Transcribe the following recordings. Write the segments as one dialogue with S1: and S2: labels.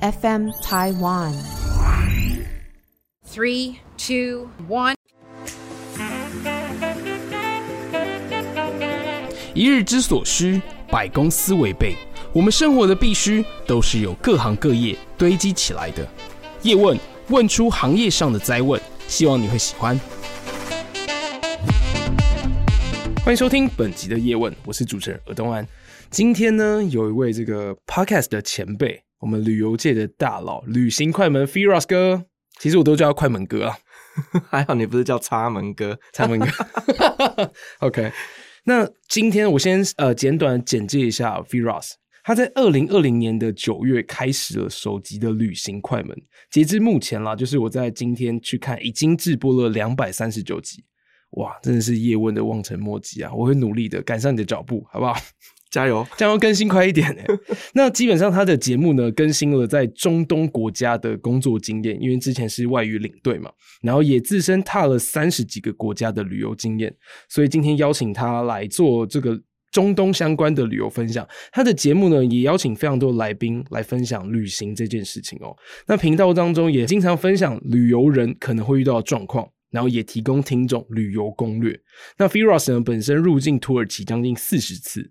S1: FM Taiwan。
S2: Three, two, one.
S3: 一日之所需，百公司为备。我们生活的必须，都是由各行各业堆积起来的。叶问问出行业上的灾问，希望你会喜欢。欢迎收听本集的叶问，我是主持人尔东安。今天呢，有一位这个 podcast 的前辈，我们旅游界的大佬，旅行快门 Firas 哥，其实我都叫他快门哥啊。
S4: 还好你不是叫插门哥，
S3: 蔡文哥。OK，那今天我先呃简短简介一下 Firas。他在二零二零年的九月开始了首集的旅行快门，截至目前啦，就是我在今天去看，已经直播了两百三十九集，哇，真的是叶问的望尘莫及啊！我会努力的赶上你的脚步，好不好？
S4: 加油！
S3: 这样要更新快一点哎。那基本上他的节目呢，更新了在中东国家的工作经验，因为之前是外语领队嘛，然后也自身踏了三十几个国家的旅游经验，所以今天邀请他来做这个。中东相关的旅游分享，他的节目呢也邀请非常多来宾来分享旅行这件事情哦。那频道当中也经常分享旅游人可能会遇到的状况，然后也提供听众旅游攻略。那 Firas 呢本身入境土耳其将近四十次，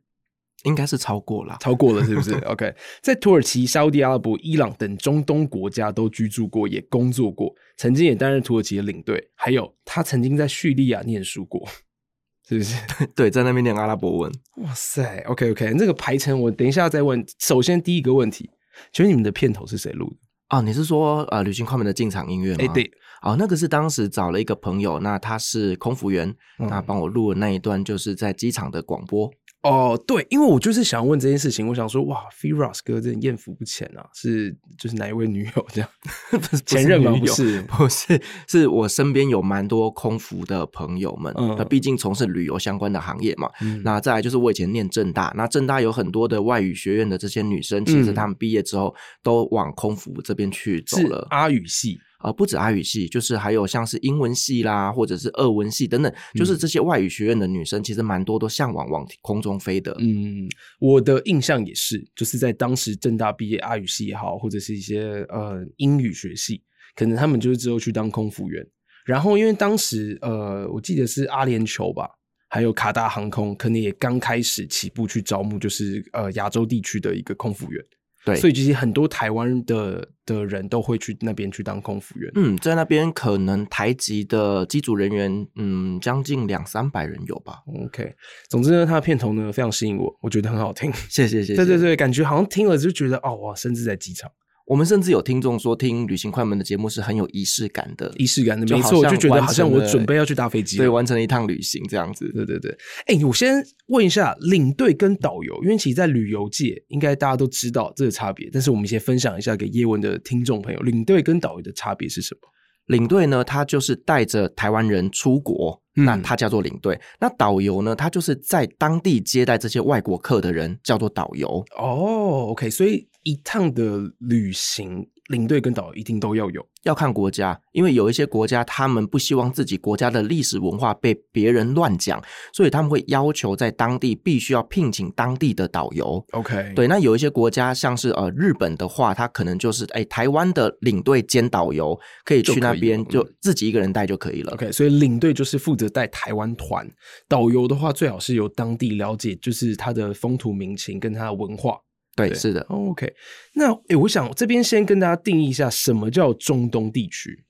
S4: 应该是超过了。
S3: 超过了是不是？OK，在土耳其、沙烏地阿拉伯、伊朗等中东国家都居住过，也工作过，曾经也担任土耳其的领队，还有他曾经在叙利亚念书过， 是不是？
S4: 对，在那边念阿拉伯文，
S3: 哇塞，OK OK，这个排程我等一下再问。首先第一个问题，请问你们的片头是谁录的？
S4: 哦，你是说呃，旅行快门的进场音乐吗？
S3: 哎、对，
S4: 哦，那个是当时找了一个朋友，那他是空服员，
S3: 嗯
S4: 那帮我录的那一段就是在机场的广 播。
S3: 哦对，因为我就是想问这件事情，我想说哇，Firas 哥真的艳福不浅啊，是就是哪一位女友这样？
S4: 不是
S3: 前任吗？
S4: 女
S3: 不
S4: 友
S3: 是，
S4: 不是，是我身边有蛮多空服的朋友们，
S3: 嗯
S4: 那、毕竟从事旅游相关的行业嘛。
S3: 嗯
S4: 那再来就是我以前念正大，那正大有很多的外语学院的这些女生，其实
S3: 嗯
S4: 她们毕业之后都往空服这边去走
S3: 是
S4: 了。
S3: 阿语系，
S4: 呃，不止阿语系，就是还有像是英文系啦，或者是俄文系等等，
S3: 嗯
S4: 就是这些外语学院的女生，其实蛮多都向往往空中飞的。
S3: 嗯，我的印象也是，就是在当时正大毕业阿语系也好，或者是一些呃英语学系，可能他们就是之后去当空服员。然后因为当时呃，我记得是阿联酋吧，还有卡达航空，可能也刚开始起步去招募，就是呃亚洲地区的一个空服员。
S4: 对，
S3: 所以其实很多台湾的的人都会去那边去当空服员。
S4: 嗯，在那边可能台籍的机组人员，嗯，将近两三百人有吧。
S3: OK，总之呢，他的片头呢非常吸引我，我觉得很好听。
S4: 谢谢谢谢。
S3: 对对，对，感觉好像听了就觉得哦哇，甚至在机场。
S4: 我们甚至有听众说，听旅行快门的节目是很有仪式感的，
S3: 仪式感的，
S4: 就
S3: 没
S4: 好
S3: 错，我
S4: 像
S3: 就觉得
S4: 完
S3: 好像
S4: 成
S3: 我
S4: 了
S3: 准备要去搭飞机了。
S4: 对，完成了一趟旅行这样子。
S3: 对对对，哎、我先问一下领队跟导游，因为其实，在旅游界应该大家都知道这个差别，但是我们先分享一下给叶文的听众朋友，领队跟导游的差别是什么？
S4: 领队呢，他就是带着台湾人出国，
S3: 嗯
S4: 那他叫做领队。那导游呢，他就是在当地接待这些外国客的人，叫做导游。
S3: 哦，OK，所以一趟的旅行，领队跟导游一定都要有。
S4: 要看国家，因为有一些国家他们不希望自己国家的历史文化被别人乱讲，所以他们会要求在当地必须要聘请当地的导游。
S3: OK，
S4: 对，那有一些国家，像是呃日本的话，它可能就是哎、台湾的领队兼导游可以
S3: 就
S4: 去那
S3: 可以
S4: 边
S3: 了
S4: 就
S3: 嗯
S4: 自己一个人带就可以了。
S3: ，OK，所以领队就是负责带台湾团，导游的话最好是由当地了解，就是他的风土民情跟他的文化。
S4: 对，
S3: 对
S4: 是的，
S3: OK，那诶、我想这边先跟大家定义一下什么叫中东地区。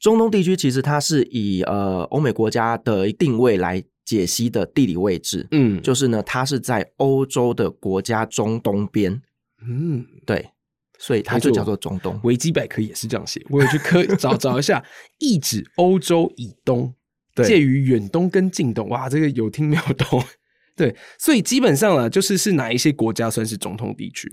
S4: 中东地区其实它是以呃欧美国家的定位来解析的地理位置，
S3: 嗯就
S4: 就是呢，它是在欧洲的国家中东边，
S3: 嗯，
S4: 对，所以它
S3: 没
S4: 就
S3: 错
S4: 叫做中东。
S3: 维基百科也是这样写，我有去科找找一下，意指欧洲以东，
S4: 对
S3: 介于远东跟近东。哇，这个有听没有懂？对，所以基本上啊，就是是哪一些国家算是中东地区？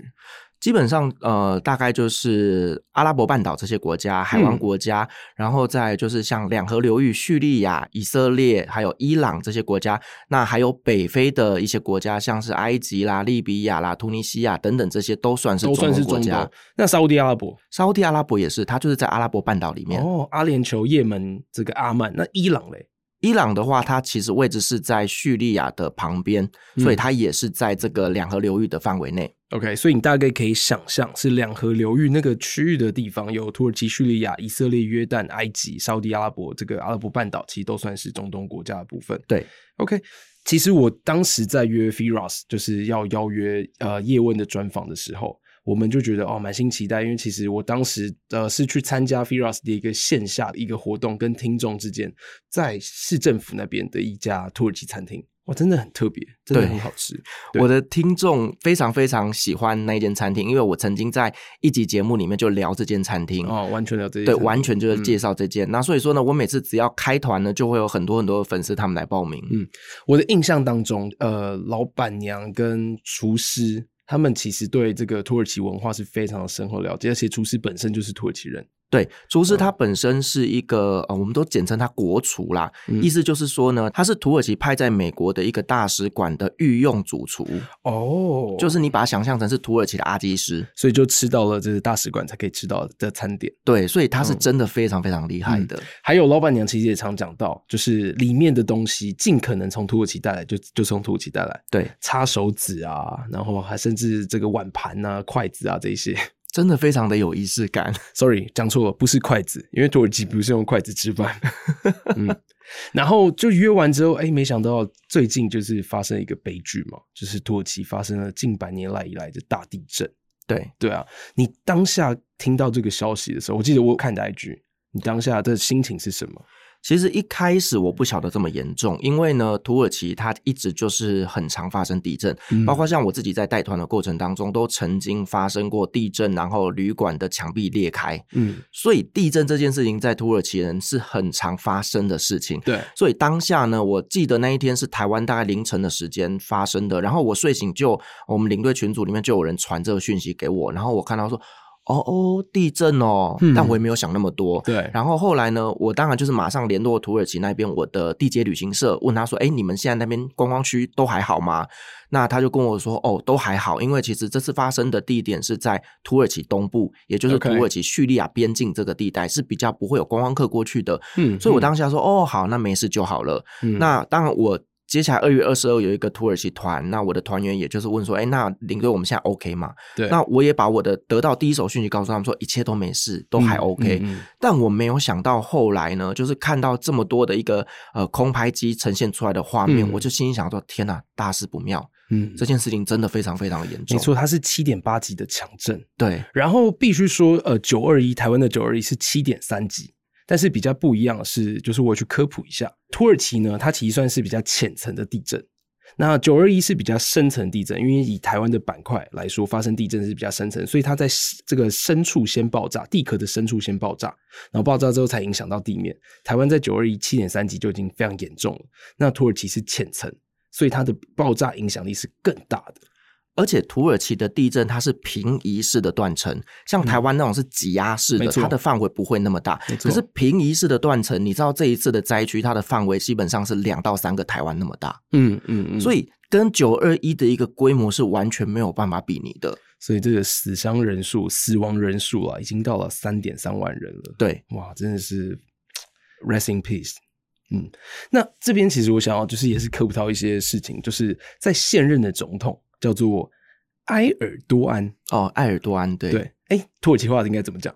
S4: 基本上呃，大概就是阿拉伯半岛这些国家、海湾
S3: 嗯
S4: 国家，然后再就是像两河流域、叙利亚、以色列还有伊朗这些国家，那还有北非的一些国家，像是埃及啦、利比亚啦、突尼西亚等等，这些都算是
S3: 都算
S4: 东
S3: 是
S4: 国
S3: 中
S4: 家
S3: 东。。那沙烏地阿拉伯、
S4: 沙烏地
S3: 哦
S4: 阿拉伯也是，它就是在阿拉伯半岛里面。
S3: 哦，阿联酋、也门、这个阿曼，那伊朗嘞？
S4: 伊朗的话，它其实位置是在叙利亚的旁边，
S3: 嗯
S4: 所以它也是在这个两河流域的范围内。
S3: OK，所以你大概可以想象，是两河流域那个区域的地方，有土耳其、叙利亚、以色列、约旦、埃及、沙地阿拉伯，这个阿拉伯半岛其实都算是中东国家的部分。
S4: 对
S3: ，OK，其实我当时在约 Firas，就是要邀约呃叶问的专访的时候，我们就觉得哦满心期待，因为其实我当时呃是去参加 Firas 的一个线下的一个活动，跟听众之间在市政府那边的一家土耳其餐厅，哇，真的很特别，真的
S4: 对
S3: 很好吃。对
S4: 我的听众非常非常喜欢那一间餐厅，因为我曾经在一集节目里面就聊这间餐厅。
S3: 哦，完全了解，
S4: 对，完全就是
S3: 嗯
S4: 介绍这件。那所以说呢，我每次只要开团呢，就会有很多很多的粉丝他们来报名。
S3: 嗯我的印象当中，呃，老板娘跟厨师他们其实对这个土耳其文化是非常深厚了解，而且厨师本身就是土耳其人。
S4: 对，厨
S3: 嗯
S4: 师他本身是一个、呃，我们都简称他国厨啦，
S3: 嗯
S4: 意思就是说呢，他是土耳其派在美国的一个大使馆的御用主厨，
S3: 哦
S4: 就是是你把它想象成是土耳其的阿基师。
S3: 所以就吃到了这是大使馆才可以吃到的餐点。
S4: 对，所以他是
S3: 嗯
S4: 真的非常非常厉害的。
S3: 还有老板娘其实也常讲到，就是里面的东西尽可能从土耳其带来，就就从土耳其带来，
S4: 对，
S3: 擦手指啊，然后还甚至这个碗盘啊、筷子啊这一些。
S4: 真的非常的有仪式感。
S3: Sorry，讲错了，不是筷子，因为土耳其不是用筷子吃饭。 嗯，然后就约完之后，哎，没想到最近就是发生一个悲剧嘛，就是土耳其发生了近百年来以来的大地震。
S4: 对，
S3: 对啊，你当下听到这个消息的时候，我记得我有看的 IG，你当下的心情是什么？
S4: 其实一开始我不晓得这么严重，因为呢，土耳其它一直就是很常发生地震，
S3: 嗯
S4: 包括像我自己在带团的过程当中，都曾经发生过地震，然后旅馆的墙壁裂开，
S3: 嗯，
S4: 所以地震这件事情在土耳其人是很常发生的事情。
S3: 对，
S4: 所以当下呢，我记得那一天是台湾大概凌晨的时间发生的。然后我睡醒就，我们领队群组里面就有人传这个讯息给我，然后我看到说，哦哦，地震哦，
S3: 嗯
S4: 但我也没有想那么多。
S3: 对，
S4: 然后后来呢，我当然就是马上联络土耳其那边我的地接旅行社，问他说：“哎，你们现在那边观光区都还好吗？”那他就跟我说：“哦，都还好，因为其实这次发生的地点是在土耳其东部，也就是
S3: OK
S4: 土耳其叙利亚边境这个地带，是比较不会有观光客过去的。
S3: 嗯
S4: 所以我当下说：“哦，好，那没事就好了。”
S3: 嗯
S4: 那当然我。接下来二月二十二有一个土耳其团，那我的团员也就是问说，哎、那领队我们现在 OK 吗？
S3: 对，
S4: 那我也把我的得到第一手讯息告诉他们说，一切都没事，都
S3: 嗯
S4: 还 OK。
S3: 嗯嗯
S4: 但我没有想到后来呢，就是看到这么多的一个呃空拍机呈现出来的画面，
S3: 嗯
S4: 我就心里想说：天哪，大事不妙！
S3: 嗯
S4: 这件事情真的非常非常严重。
S3: 没，错，它是七点八级的强震。
S4: 对
S3: 然后必须说，呃，九二一台湾的九二一是七点三级，但是比较不一样的是，就是我去科普一下，土耳其呢，它其实算是比较浅层的地震。那九二一是比较深层地震，因为以台湾的板块来说，发生地震是比较深层，所以它在这个深处先爆炸，地壳的深处先爆炸，然后爆炸之后才影响到地面。台湾在九二一七点三级就已经非常严重了，那土耳其是浅层，所以它的爆炸影响力是更大的。
S4: 而且土耳其的地震它是平移式的断层，像台湾那种是挤压式的，
S3: 嗯没错
S4: 它的范围不会那么大
S3: 没。错
S4: 可是平移式的断层，你知道这一次的灾区，它的范围基本上是两到三个台湾那么大，
S3: 嗯嗯嗯
S4: 所以跟九二一的一个规模是完全没有办法比拟的。
S3: 所以这个死伤人数、死亡人数啊，已经到了三点三万人了。
S4: 对，
S3: 哇，真的是 rest in peace。嗯，那这边其实我想要就是也是科普到一些事情，就是在现任的总统叫做埃尔多安，
S4: 哦，埃尔多安，对，
S3: 对，哎、土耳其话应该怎么讲？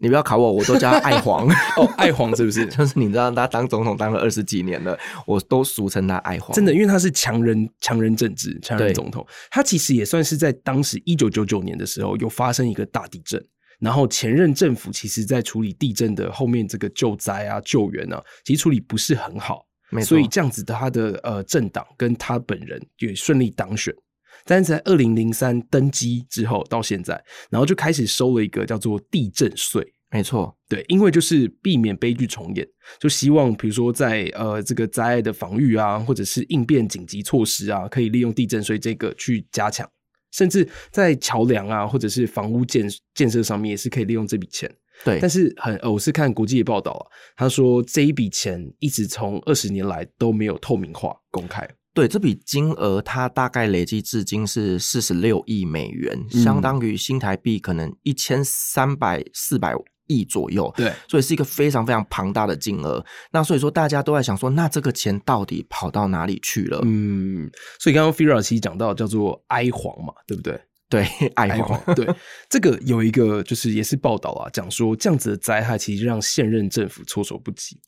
S4: 你不要考我，我都叫他爱皇。
S3: 哦，爱皇是不 是？
S4: 就是你知道他当总统当了二十几年了，我都俗称他爱皇。
S3: 真的，，因为他是强人强人政治强人
S4: 哦对
S3: 总统，他其实也算是在当时一九九九年的时候有发生一个大地震，然后前任政府其实在处理地震的后面这个救灾啊、救援啊，其实处理不是很好，
S4: 没错
S3: 所以这样子他的呃政党跟他本人也顺利当选。但是在二零零三登基之后到现在，然后就开始收了一个叫做地震税，
S4: 没错，
S3: 对，因为就是避免悲剧重演，就希望比如说在呃这个灾害的防御啊，或者是应变紧急措施啊，可以利用地震税这个去加强，甚至在桥梁啊或者是房屋建建设上面也是可以利用这笔钱。
S4: 对，
S3: 但是很呃，我是看国际的报道啊，他说这一笔钱一直从二十年来都没有透明化公开。
S4: 对这笔金额，它大概累计至今是四十六亿美元，
S3: 嗯
S4: 相当于新台币可能一千三百四百亿左右，
S3: 对，
S4: 所以是一个非常非常庞大的金额。那所以说，大家都在想说，那这个钱到底跑到哪里去了？
S3: 嗯，所以刚刚 Fira 其实讲到叫做哀皇嘛，对不对？
S4: 对， 爱
S3: 哀
S4: 皇，
S3: 皇，对，这个有一个就是也是报道啊，讲说这样子的灾害其实让现任政府措手不及。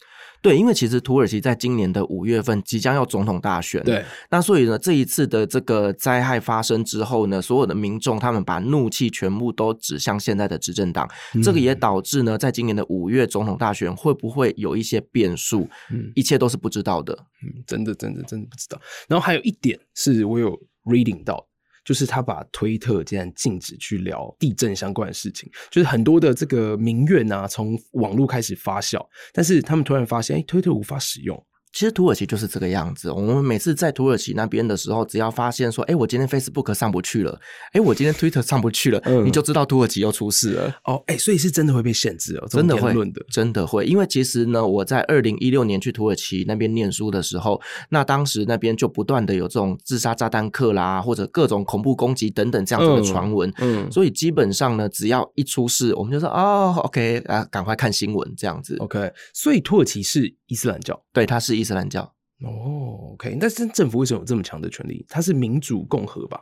S4: 对，因为其实土耳其在今年的五月份即将要总统大选，，
S3: 对，
S4: 那所以呢，这一次的这个灾害发生之后呢，所有的民众他们把怒气全部都指向现在的执政党，
S3: 嗯
S4: 这个也导致呢，在今年的五月总统大选会不会有一些变数，
S3: 嗯
S4: 一切都是不知道的。
S3: 嗯，真的，真的，真的不知道。然后还有一点是我有 reading 到，就是他把推特竟然禁止去聊地震相关的事情，就是很多的这个民怨啊，从网络开始发酵，但是他们突然发现，哎、推特无法使用。
S4: 其实土耳其就是这个样子。我们每次在土耳其那边的时候，只要发现说，哎，我今天 Facebook 上不去了，哎，我今天 Twitter 上不去了，
S3: 嗯
S4: 你就知道土耳其又出事了。
S3: 哦，哎、所以是真的会被限制哦，这
S4: 真
S3: 种
S4: 的会
S3: 言论的，
S4: 真的会，因为其实呢，我在二零一六年去土耳其那边念书的时候，那当时那边就不断的有这种自杀炸弹客啦，或者各种恐怖攻击等等这样子的
S3: 嗯
S4: 传闻。
S3: 嗯
S4: 所以基本上呢，只要一出事，我们就说哦，OK 啊，赶快看新闻这样子。
S3: ，OK，所以土耳其是伊斯兰教。
S4: 对，它是伊斯兰教，
S3: 哦，OK，但是政府为什么有这么强的权利？它是民主共和吧？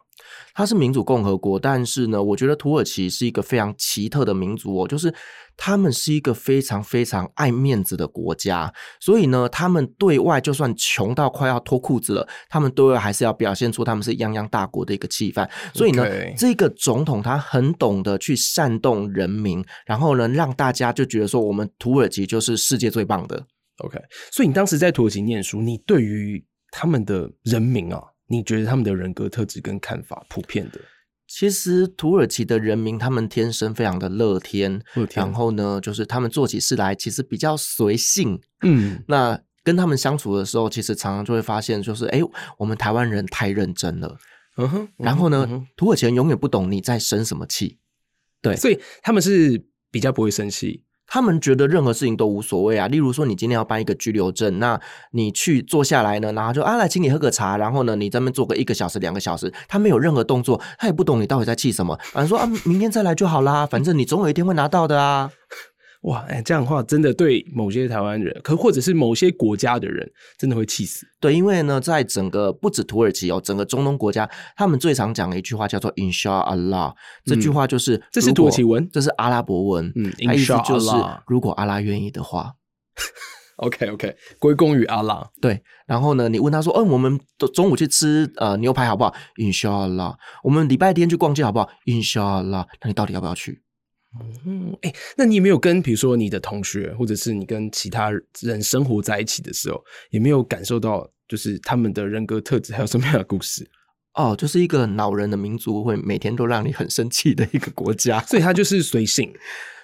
S4: 它是民主共和国，但是呢，我觉得土耳其是一个非常奇特的民族哦，就是他们是一个非常非常爱面子的国家，所以呢，他们对外就算穷到快要脱裤子了，他们对外还是要表现出他们是泱泱大国的一个气范。所以呢
S3: OK
S4: 这个总统他很懂得去煽动人民，然后呢，让大家就觉得说我们土耳其就是世界最棒的。
S3: OK，所以你当时在土耳其念书，你对于他们的人民啊，你觉得他们的人格特质跟看法普遍的？
S4: 其实土耳其的人民他们天生非常的乐天，
S3: 乐天啊
S4: 然后呢，就是他们做起事来其实比较随性。
S3: 嗯，
S4: 那跟他们相处的时候，其实常常就会发现，就是哎，诶我们台湾人太认真了。
S3: 嗯哼，
S4: 然后呢，
S3: 嗯哼
S4: 土耳其人永远不懂你在生什么气，对
S3: 所以他们是比较不会生气，
S4: 他们觉得任何事情都无所谓啊。例如说，你今天要办一个居留证，那你去坐下来呢，然后就啊来请你喝个茶，然后呢，你在那边坐个一个小时、两个小时，他没有任何动作，他也不懂你到底在气什么，反正说啊，明天再来就好啦，反正你总有一天会拿到的啊。
S3: 哇，哎、这样的话真的对某些台湾人，可或者是某些国家的人，真的会气死。
S4: 对，因为呢，在整个不止土耳其哦，整个中东国家，他们最常讲的一句话叫做 “Inshallah”，这句话就是、
S3: 嗯这是
S4: 如
S3: 土
S4: 果
S3: 耳其文
S4: 这是阿拉伯文，
S3: 嗯
S4: 它意思就是
S3: Inshallah
S4: 如果阿拉愿意的话。
S3: OK OK，归功于阿拉，
S4: 对，然后呢，你问他说，嗯，我们都中午去吃呃牛排好不好？Inshallah，我们礼拜天去逛街好不好？Inshallah，那你到底要不要去？
S3: 嗯，哎、那你有没有跟比如说你的同学，或者是你跟其他人生活在一起的时候，也没有感受到就是他们的人格特质还有什么样的故事？
S4: 哦，就是一个恼人的民族，会每天都让你很生气的一个国家。
S3: 所以他就是随性，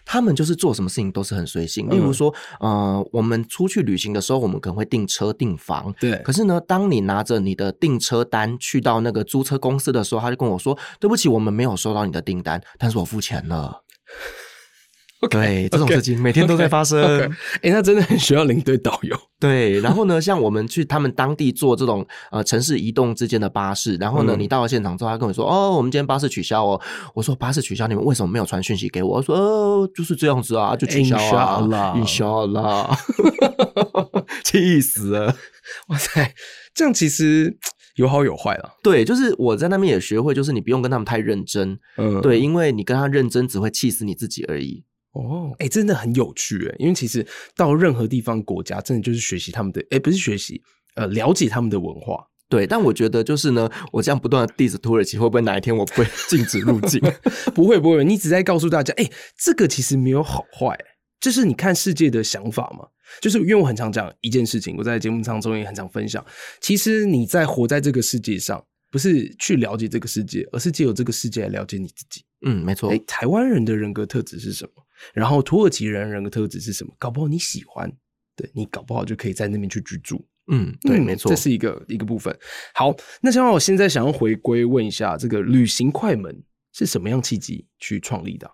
S4: 他们就是做什么事情都是很随性。
S3: 嗯
S4: 例如说，呃，我们出去旅行的时候，我们可能会订车、订房。
S3: 对
S4: 可是呢，当你拿着你的订车单去到那个租车公司的时候，他就跟我说：“对不起，我们没有收到你的订单，但是我付钱 了。”对，这种事情每天都在发生。
S3: 哎、那真的很需要领队导游。
S4: 对，然后呢，像我们去他们当地坐这种呃城市移动之间的巴士，然后呢，
S3: 嗯
S4: 你到了现场之后，他跟我说：“哦，我们今天巴士取消哦。”我说：“巴士取消，你们为什么没有传讯息给我？”我说：“哦，就是这样子啊，就取消啊
S3: Inshallah
S4: ，inshallah，气死了。”
S3: 哇塞，这样其实有好有坏啦。
S4: 对，就是我在那边也学会，就是你不用跟他们太认真，
S3: 嗯，
S4: 对，因为你跟他认真只会气死你自己而已。
S3: 哦，哎、真的很有趣哎，因为其实到任何地方国家，真的就是学习他们的，哎、不是学习，呃，了解他们的文化。
S4: 对，但我觉得就是呢，我这样不断的 diss 土耳其，会不会哪一天我 被禁止入境？
S3: 不会不会，你只在告诉大家，哎、这个其实没有好坏、就是你看世界的想法嘛。就是因为我很常讲一件事情，我在节目当中也很常分享，其实你在活在这个世界上，不是去了解这个世界，而是借由这个世界来了解你自己。
S4: 嗯，没错
S3: 哎、。台湾人的人格特质是什么？然后土耳其人人格特质是什么？搞不好你喜欢，对你搞不好就可以在那边去居住。
S4: 嗯，对，
S3: 嗯
S4: 没错。
S3: 这是一个一个部分。好，那像我现在想要回归问一下，这个旅行快门是什么样契机去创立的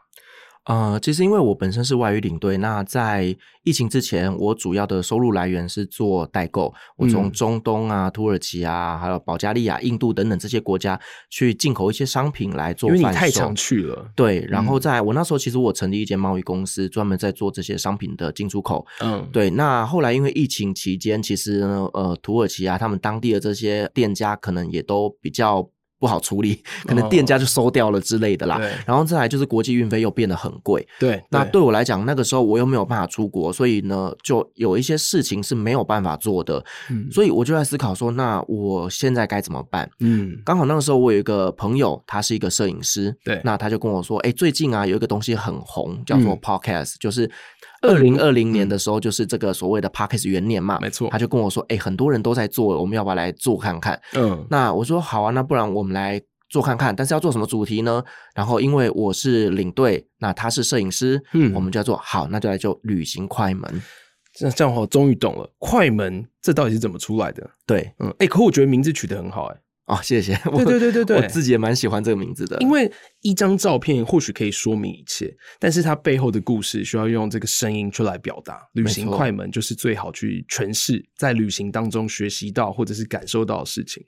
S3: 啊、
S4: 呃，其实因为我本身是外语领队，那在疫情之前，我主要的收入来源是做代购。我从
S3: 嗯
S4: 中东啊、土耳其啊，还有保加利亚、印度等等这些国家去进口一些商品来做
S3: 因为
S4: 贩售。
S3: 你太常去了，
S4: 对，然后
S3: 嗯
S4: 在、我那时候，其实我成立一间贸易公司，专门在做这些商品的进出口。
S3: 嗯，
S4: 对，那后来因为疫情期间，其实呢呃，土耳其啊，他们当地的这些店家可能也都比较不好处理，可能店家就收掉了之类的啦。
S3: 哦嗯对
S4: 然后再来就是国际运费又变得很贵，
S3: 对，
S4: 那对我来讲，那个时候我又没有办法出国，所以呢，就有一些事情是没有办法做的，
S3: 嗯
S4: 所以我就在思考说，那我现在该怎么办？
S3: 嗯
S4: 刚好那个时候我有一个朋友，他是一个摄影师，
S3: 对
S4: 那他就跟我说，哎、最近啊有一个东西很红，叫做
S3: 嗯
S4: podcast，、就是二零
S3: 20
S4: 二零年的时候，就是这个所谓的 podcast 元年嘛，
S3: 没错
S4: 他就跟我说，哎、很多人都在做，我们要不要来做看看？
S3: 嗯
S4: 那我说好啊，那不然我们来做看看，但是要做什么主题呢？然后因为我是领队，那他是摄影师，
S3: 嗯
S4: 我们就要做好，那就来就旅行快门。
S3: 这这样我终于懂了，快门这到底是怎么出来的？
S4: 对，
S3: 嗯，哎、可我觉得名字取得很好、哎，
S4: 哦，谢谢，我
S3: 对对对对对，
S4: 我自己也蛮喜欢这个名字的，
S3: 因为一张照片或许可以说明一切，但是它背后的故事需要用这个声音出来表达。旅行
S4: 没错
S3: 快门就是最好去诠释在旅行当中学习到或者是感受到的事情。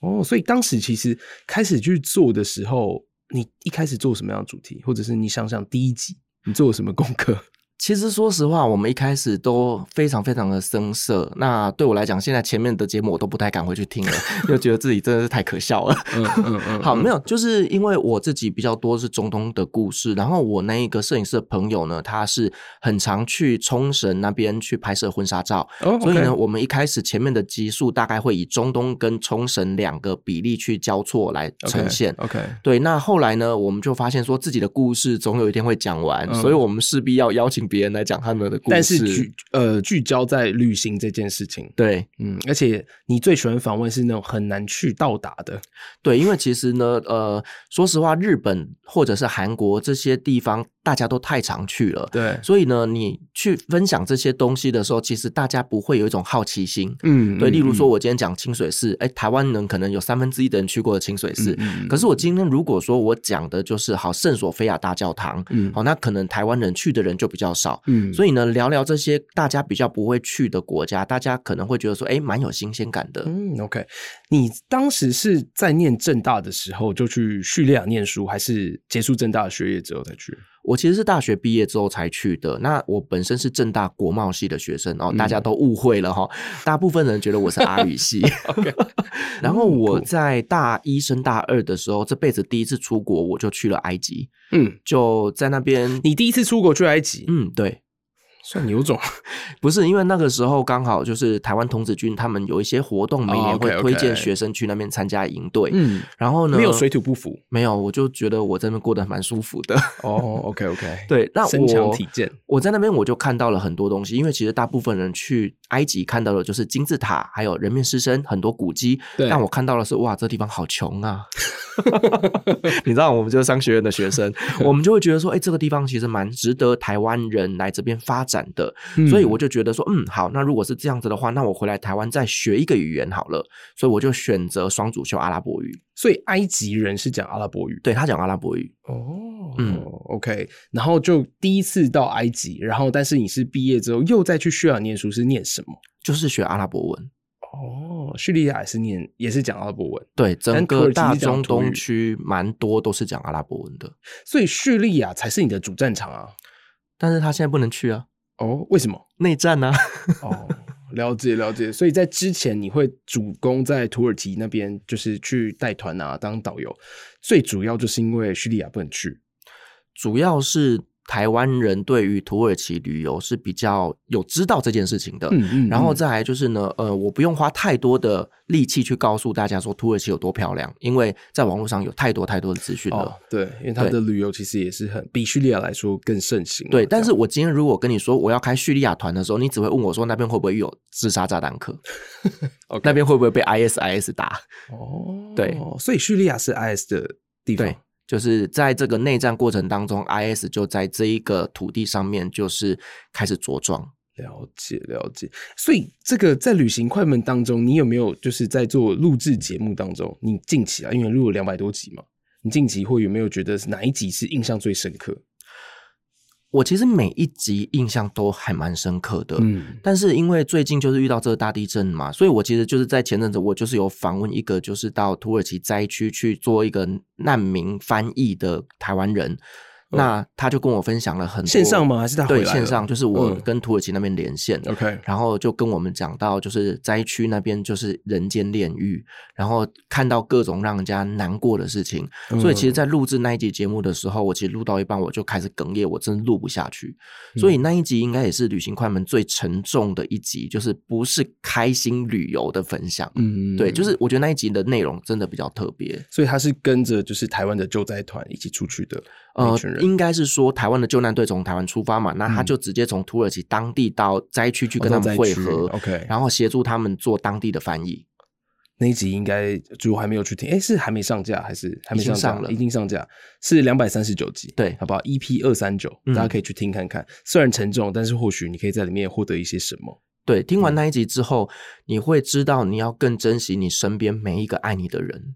S3: 哦，所以当时其实开始去做的时候，你一开始做什么样的主题，或者是你想想第一集你做了什么功课？
S4: 其实说实话，我们一开始都非常非常的生涩。那对我来讲，现在前面的节目我都不太敢回去听了，就觉得自己真的是太可笑了。
S3: 嗯嗯嗯
S4: 好，没
S3: 有，
S4: 有，就是因为我自己比较多是中东的故事，然后我那一个摄影师的朋友呢，他是很常去冲绳那边去拍摄婚纱照，
S3: 哦、
S4: 所以
S3: OK
S4: 呢，我们一开始前面的集数大概会以中东跟冲绳两个比例去交错来呈现。
S3: OK，, o k
S4: 对，那后来呢，我们就发现说自己的故事总有一天会讲完，
S3: 嗯
S4: 所以我们势必要邀请别人来讲他们的故事。
S3: 但是聚呃聚焦在旅行这件事情，
S4: 对
S3: 嗯，而且你最喜欢访问是那种很难去到达的，
S4: 对，因为其实呢，呃，说实话，日本或者是韩国这些地方，大家都太常去了。
S3: 对
S4: 所以呢，你去分享这些东西的时候，其实大家不会有一种好奇心。
S3: 嗯
S4: 对，例如说，
S3: 我
S4: 我今天讲清水寺，哎，台湾人可能有三分之一的人去过清水寺，
S3: 嗯嗯
S4: 可是我今天如果说我讲的就是好圣索菲亚大教堂，
S3: 嗯
S4: 好，那可能台湾人去的人就比较少。
S3: 嗯
S4: 所以呢，聊聊这些大家比较不会去的国家，大家可能会觉得说，哎，蛮有新鲜感的。
S3: 嗯，OK，你当时是在念正大的时候就去叙利亚念书，还是结束正大的学业之后再去？
S4: 我其实是大学毕业之后才去的。那我本身是正大国贸系的学生哦
S3: 嗯，
S4: 大家都误会了哈、大部分人觉得我是阿语 系。 然
S3: 嗯
S4: 后我在大一升大二的时候，这辈子第一次出国，我就去了埃及，
S3: 嗯，
S4: 就在那边。
S3: 你第一次出国去埃及，
S4: 嗯，对，
S3: 算有 种，
S4: 不是因为那个时候刚好就是台湾童子军他们有一些活动，每年会
S3: OK，OK
S4: 推荐学生去那边参加营队。
S3: 哦嗯，
S4: 然后呢，
S3: 没有水土不服
S4: 没有，我就觉得我这边过得蛮舒服的。
S3: 哦，OK OK，
S4: 对，那我
S3: 身强体健，
S4: 我在那边我就看到了很多东西，因为其实大部分人去埃及看到的就是金字塔，还有人面狮身，很多古迹。
S3: 对
S4: 但我看到的是，哇，这地方好穷啊！ 你知道，我们就是商学院的 学生，我们就会觉得说，哎、这个地方其实蛮值得台湾人来这边发展的。
S3: 嗯
S4: 所以我就觉得说，嗯，好，那如果是这样子的话，那我回来台湾再学一个语言好了。所以我就选择双主修阿拉伯语，
S3: 所以埃及人是讲阿拉伯语，
S4: 对他讲阿拉伯语。
S3: 哦，
S4: 嗯
S3: ，OK，然后就第一次到埃及，然后但是你是毕业之后又再去叙利亚念书，是念什么？
S4: 就是学阿拉伯文，
S3: 哦，叙利亚也是念也是讲阿拉伯文，
S4: 对整
S3: 但土耳
S4: 个
S3: 其是
S4: 大
S3: 讲
S4: 中
S3: 土语
S4: 东区蛮多都是讲阿拉伯文的。
S3: 所以叙利亚才是你的主战场啊。
S4: 但是他现在不能去啊，
S3: 哦，为什么？
S4: 内战啊。
S3: 哦，了解了解。所以在之前，你会主攻在土耳其那边，就是去带团啊，当导游，最主要就是因为叙利亚不能去。
S4: 主要是台湾人对于土耳其旅游是比较有知道这件事情的。
S3: 嗯
S4: 然后再来就是呢，呃，我不用花太多的力气去告诉大家说土耳其有多漂亮，因为在网络上有太多太多的资讯了。
S3: 哦，对，因为它
S4: 对
S3: 的旅游其实也是很比叙利亚来说更盛行啊。
S4: 对，但
S3: 这
S4: 是
S3: 样
S4: 我今天如果跟你说我要开叙利亚团的时候，你只会问我说那边会不会有自杀炸弹 客
S3: OK
S4: 那边会不会被 ISIS 打？
S3: 哦，
S4: 对，
S3: 所以叙利亚是 IS 的地方
S4: 对。，就是在这个内战过程当中，IS 就在这一个土地上面就是开始茁壮。
S3: 了解了解，所以这个在旅行快门当中，你有没有就是在做录制节目当中，你近期啊，因为录了两百多集嘛，你近期会有没有觉得哪一集是印象最深刻？
S4: 我其实每一集印象都还蛮深刻的。
S3: 嗯，
S4: 但是因为最近就是遇到这个大地震嘛，所以我其实就是在前阵子，我就是有访问一个就是到土耳其灾区去做一个难民翻译的台湾人，那他就跟我分享了很多
S3: 哦线上吗？还是他回
S4: 对，
S3: 来了
S4: 线上就是我
S3: 嗯
S4: 跟土耳其那边连线，
S3: ？OK，
S4: 然后就跟我们讲到，就是灾区那边就是人间炼狱，然后看到各种让人家难过的事情。
S3: 嗯
S4: 所以其实，在录制那一集节目的时候，我其实录到一半我就开始哽咽，我真的录不下去。所
S3: 嗯
S4: 以那一集应该也是旅行快门最沉重的一集，就是不是开心旅游的分享。
S3: 嗯
S4: 对，就是我觉得那一集的内容真的比较特别，
S3: 所以他是跟着就是台湾的救灾团一起出去的那
S4: 呃
S3: 一群，人，嗯
S4: 应该是说台湾的救难队从台湾出发嘛，那他就直接从土耳其当地到灾区去
S3: 哦
S4: 跟他
S3: 都
S4: 们
S3: 在
S4: 会
S3: 区
S4: 合，
S3: OK，
S4: 然后协助他们做当地的翻译。
S3: 那一集应该如果还没有去听，哎，是还没上架还是还没上
S4: 已经
S3: 架？
S4: 上了
S3: 已经上架，是两百三十九集，
S4: 对
S3: 好不好？EP 二三九，
S4: 嗯
S3: 大家可以去听看看。虽然沉重，但是或许你可以在里面获得一些什么。
S4: 对，
S3: 嗯
S4: 听完那一集之后，你会知道你要更珍惜你身边每一个爱你的人。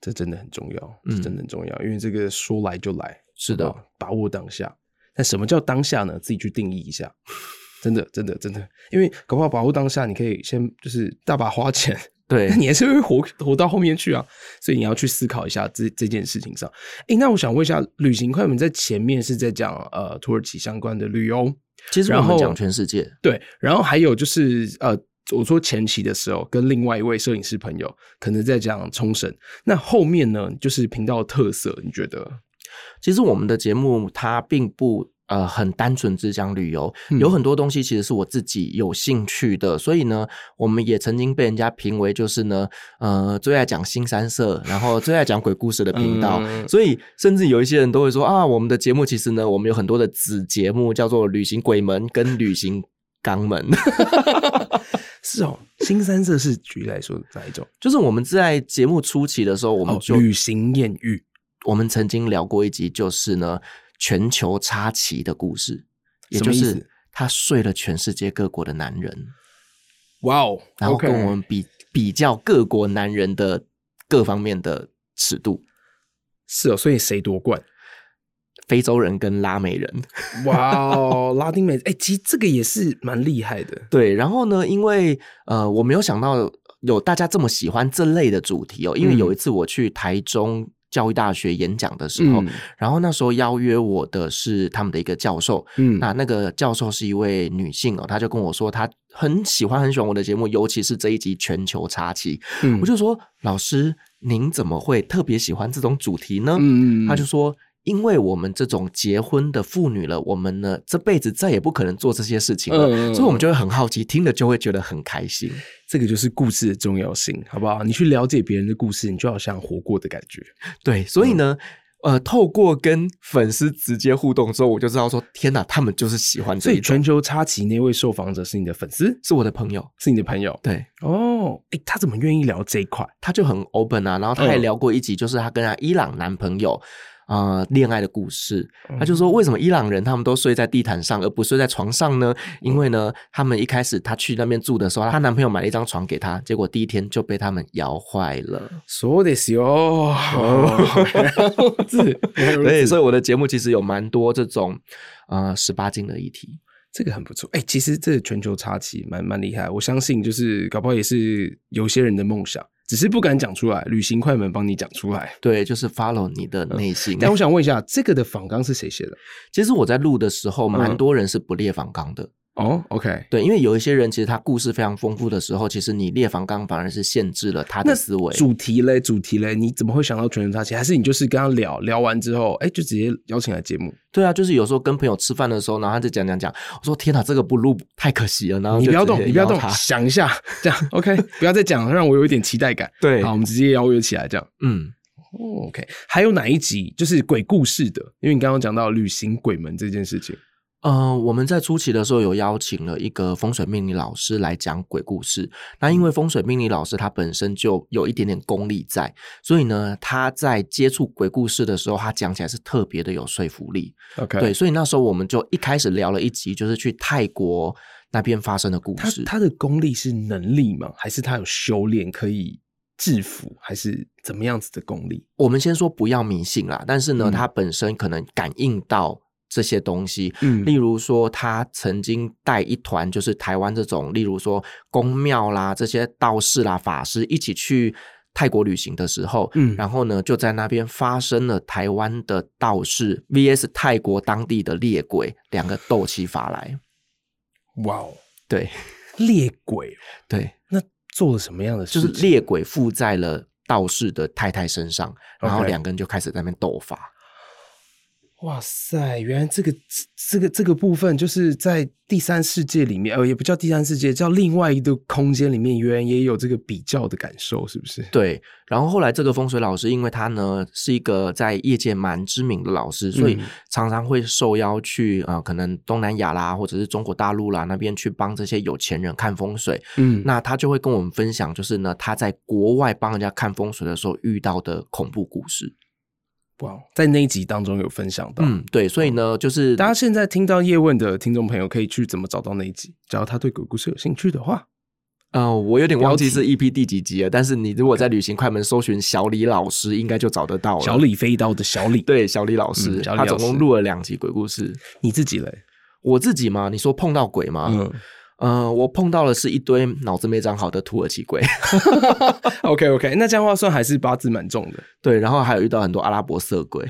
S3: 这真的很重要，
S4: 嗯
S3: 这真的很重要，因为这个说来就来，
S4: 是的
S3: 好不好，把握当下。但什么叫当下呢？自己去定义一下。真的，真的，真的，因为搞不好把握当下，你可以先就是大把花钱，
S4: 对
S3: 那， 你还是会活活到后面去啊，所以你要去思考一下这这件事情上。诶，那我想问一下，旅行快门在前面是在讲呃土耳其相关的旅游，
S4: 其实我
S3: 然
S4: 们
S3: 后
S4: 讲全世界，
S3: 对，然后还有就是呃，我说前期的时候跟另外一位摄影师朋友可能在讲冲绳，那后面呢就是频道的特色，你觉得？
S4: 其实我们的节目它并不。呃，很单纯只讲旅游，
S3: 嗯
S4: 有很多东西其实是我自己有兴趣的，所以呢，我们也曾经被人家评为就是呢，呃，最爱讲新三色，然后最爱讲鬼故事的频道，
S3: 嗯
S4: 所以甚至有一些人都会说啊，我们的节目其实呢，我们有很多的子节目叫做旅行鬼门跟旅行肛门，
S3: 是哦，新三色是举例来说哪一种？
S4: 就是我们在节目初期的时候，我们
S3: 哦，
S4: 就、
S3: 旅行艳遇
S4: 我们曾经聊过一集，就是呢全球插旗的故事，也
S3: 什
S4: 就
S3: 么意思
S4: 是他睡了全世界各国的男人，
S3: 哇哦
S4: 然后跟我们比比较各国男人的各方面的尺度，
S3: 是哦，所以谁夺冠？
S4: 非洲人跟拉美人。
S3: 哇哦，拉丁美哎、其实这个也是蛮厉害的。
S4: 对，然后呢，因为呃，我没有想到有大家这么喜欢这类的主题哦，因为
S3: 嗯
S4: 有一次我去台中教育大学演讲的时候，
S3: 嗯
S4: 然后那时候邀约我的是他们的一个教授，
S3: 嗯
S4: 那那个教授是一位女性哦，她就跟我说她很喜欢很喜欢我的节目，尤其是这一集全球插旗，
S3: 嗯
S4: 我就说老师您怎么会特别喜欢这种主题呢？
S3: 嗯
S4: 她就说。因为我们这种结婚的妇女了，我们呢这辈子再也不可能做这些事情了，
S3: 嗯嗯嗯
S4: 所以我们就会很好奇，听了就会觉得很开心。
S3: 这个就是故事的重要性，好不好？你去了解别人的故事，你就好像活过的感觉。
S4: 对，所以呢，呃，透过跟粉丝直接互动之后，我就知道说，天哪，他们就是喜欢这
S3: 所
S4: 一
S3: 以全
S4: 种，
S3: 球插旗那位受访者是你的粉丝，
S4: 是我的朋友，
S3: 是你的朋友
S4: 对，
S3: 哦。哎，他怎么愿意聊这一块？
S4: 他就很 open 啊，然后他还
S3: 嗯
S4: 聊过一集，就是他跟他伊朗男朋友。啊、恋爱的故事，他就
S3: 嗯
S4: 说为什么伊朗人他们都睡在地毯上，而不睡在床上呢？
S3: 嗯
S4: 因为呢，他们一开始她去那边住的时候，她男朋友买了一张床给她，结果第一天就被他们摇坏了。
S3: そうですよ。哦，是，哦原来如
S4: 对，
S3: 此
S4: 所以我的节目其实有蛮多这种呃十八禁的议题。
S3: 这个很不错。哎、其实这全球插旗蛮蛮厉害，我相信就是搞不好也是有些人的梦想，只是不敢讲出来。旅行快门帮你讲出来。
S4: 对，就是 follow 你的内心。
S3: 嗯但我想问一下，这个的访纲是谁写的？
S4: 其实我在录的时候，蛮
S3: 嗯
S4: 多人是不列访纲的。
S3: 哦，OK，
S4: 对，因为有一些人其实他故事非常丰富的时候，其实你列访纲反而是限制了他的思维。
S3: 主题嘞，主题嘞，你怎么会想到全球插旗？还是你就是跟他聊聊完之后，哎、就直接邀请来节目？
S4: 对啊，就是有时候跟朋友吃饭的时候，然后他就讲讲讲，我说天哪，这个不录太可惜了。然后
S3: 你
S4: 就
S3: 不要
S4: 直接
S3: 动，你不要
S4: 邀
S3: 动
S4: 他，
S3: 想一下， 这样 OK，不要再讲了，让我有一点期待感。
S4: 对
S3: 好，我们直接邀约起来这样。
S4: 嗯，
S3: 哦 OK，还有哪一集就是鬼故事的？因为你刚刚讲到旅行鬼门这件事情。
S4: 呃，我们在初期的时候有邀请了一个风水命理老师来讲鬼故事。那因为风水命理老师他本身就有一点点功力在，所以呢，他在接触鬼故事的时候，他讲起来是特别的有说服力。
S3: OK，
S4: 对，所以那时候我们就一开始聊了一集，就是去泰国那边发生的故
S3: 他
S4: 事。
S3: 他的功力是能力吗？还是他有修炼可以制服，还是怎么样子的功力？
S4: 我们先说不要迷信啦，但是呢，
S3: 嗯
S4: 他本身可能感应到这些东西。
S3: 嗯
S4: 例如说，他曾经带一团，就是台湾这种，例如说宫庙啦、这些道士啦、法师一起去泰国旅行的时候，
S3: 嗯
S4: 然后呢，就在那边发生了台湾的道士 VS 泰国当地的猎鬼，两个斗起法来。
S3: 哇哦，
S4: 对
S3: 猎鬼哦
S4: 对，
S3: 那做了什么样的
S4: 就
S3: 事
S4: 是
S3: 情？
S4: 猎鬼附在了道士的太太身上，然后
S3: OK
S4: 两个人就开始在那边斗法。
S3: 哇塞，原来这个这个这个部分就是在第三世界里面，呃，也不叫第三世界，叫另外一个空间里面，原来也有这个比较的感受，是不是？
S4: 对，然后后来这个风水老师，因为他呢是一个在业界蛮知名的老师，所以
S3: 嗯
S4: 常常会受邀去啊、呃可能东南亚啦，或者是中国大陆啦那边去帮这些有钱人看风水。
S3: 嗯
S4: 那他就会跟我们分享，就是呢他在国外帮人家看风水的时候遇到的恐怖故事。
S3: 哇，哦在那一集当中有分享到。
S4: 嗯，对，所以呢就是
S3: 大家现在听到叶问的听众朋友，可以去怎么找到那一集？只要他对鬼故事有兴趣的话，
S4: 呃，我有点忘记
S3: 标
S4: 是 EP 第几集了，但是你如果在旅行快门搜寻小李老师，应该就找得到了。
S3: 小李飞刀的小李，
S4: 对小李老师，
S3: 嗯小李
S4: 他
S3: 老
S4: 总共
S3: 师
S4: 录了两集鬼故事。
S3: 你自己嘞？
S4: 我自己嘛，你说碰到鬼吗？
S3: 嗯
S4: 呃，我碰到的是一堆脑子没长好的土耳其鬼，
S3: ，OK OK，那这 样的话算还是八字蛮重的
S4: 对，然后还有遇到很多阿拉伯色鬼。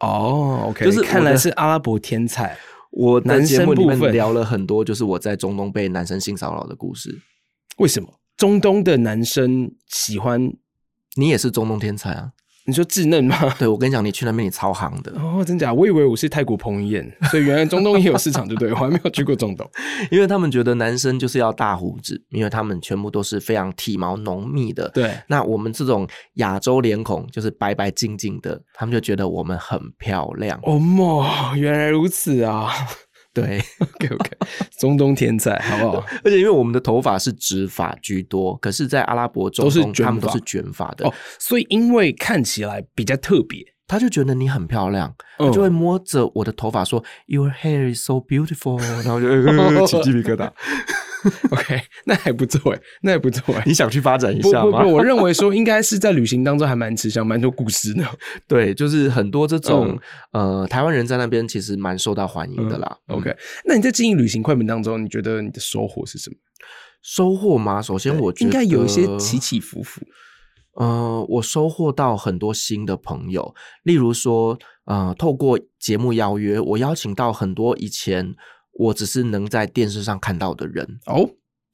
S3: 哦。OK，
S4: 就是我的
S3: 看来是阿拉伯天才。
S4: 我的
S3: 男
S4: 节
S3: 生
S4: 目里
S3: 部
S4: 面
S3: 分
S4: 聊了很多，就是我在中东被男生性骚扰的故事。
S3: 为什么中东的男生喜欢？
S4: 你也是中东天才啊！
S3: 你说稚嫩吗？
S4: 对，我跟你讲，你去那边你超行的，
S3: 哦，真假？我以为我是泰国彭于晏，所以原来中东也有市场，对不对？我还没有去过中东。
S4: 因为他们觉得男生就是要大胡子，因为他们全部都是非常体毛浓密的。
S3: 对，
S4: 那我们这种亚洲脸孔就是白白净净的，他们就觉得我们很漂亮。
S3: 哦莫，原来如此啊。
S4: 对，
S3: OK OK，中东天才，好不好？
S4: 而且因为我们的头发是直发居多，可是，在阿拉伯中
S3: 都是
S4: 东
S3: 卷
S4: 他们都
S3: 发
S4: 是卷发的
S3: 哦，，所以因为看起来比较特别，
S4: 他就觉得你很漂亮，他
S3: 嗯
S4: 就会摸着我的头发说、y o u r hair is so beautiful”，然后就、呃、起鸡皮疙瘩。
S3: OK，那 还不错哎，那还不错哎。
S4: 你想去发展一
S3: 不
S4: 下
S3: 不
S4: 吗？
S3: 不，我认为说应该是在旅行当中还蛮吃香，蛮多故事的。
S4: 对，就是很多这种、呃，台湾人在那边其实蛮受到欢迎的啦。
S3: 嗯
S4: 嗯
S3: OK，那你在经营旅行快门当中，你觉得你的收获是什么？
S4: 收获吗？首先我觉
S3: 应
S4: 得
S3: 该有一些起起伏伏。
S4: 呃，我收获到很多新的朋友，例如说，呃，透过节目邀约，我邀请到很多以前我只是能在电视上看到的人。
S3: 哦，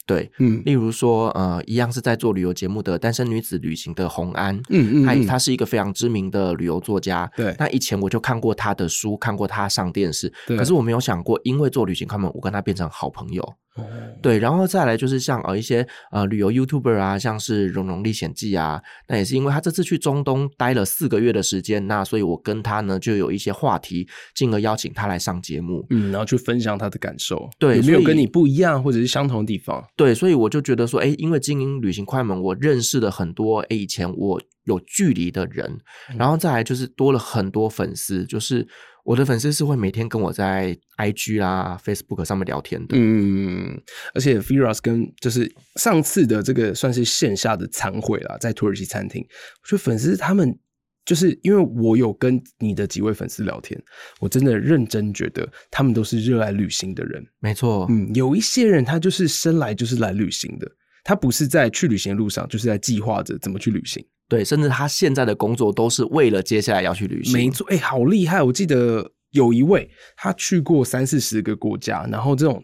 S4: 对，
S3: 嗯
S4: 例如说，呃，一样是在做旅游节目的《单身女子旅行》的洪安，
S3: 嗯嗯
S4: 她
S3: 嗯，
S4: 她是一个非常知名的旅游作家。
S3: 对
S4: 那以前我就看过她的书，看过她上电视，
S3: 对
S4: 可是我没有想过，因为做旅行快门，我跟她变成好朋友。
S3: 哦
S4: 对，然后再来就是像呃一些呃旅游 YouTuber 啊，像是《蓉蓉历险记》啊，那也是因为他这次去中东待了四个月的时间，那所以我跟他呢就有一些话题，进而邀请他来上节目。
S3: 嗯，然后去分享他的感受，
S4: 对
S3: 有没
S4: 所
S3: 有
S4: 以
S3: 跟你不一样或者是相同的地方？
S4: 对，所以我就觉得说，哎，因为经营旅行快门，我认识了很多哎以前我有距离的人，
S3: 嗯
S4: 然后再来就是多了很多粉丝，就是我的粉丝是会每天跟我在 IG 啦、Facebook 上面聊天的。
S3: 嗯，而且 Firas 跟就是上次的这个算是线下的餐会啦，在土耳其餐厅，我觉得粉丝他们就是因为我有跟你的几位粉丝聊天，我真的认真觉得他们都是热爱旅行的人。
S4: 没错，
S3: 嗯，有一些人他就是生来就是来旅行的，他不是在去旅行的路上，就是在计划着怎么去旅行。
S4: 对，甚至他现在的工作都是为了接下来要去旅行。
S3: 没错，哎、好厉害！我记得有一位他去过三四十个国家，然后这种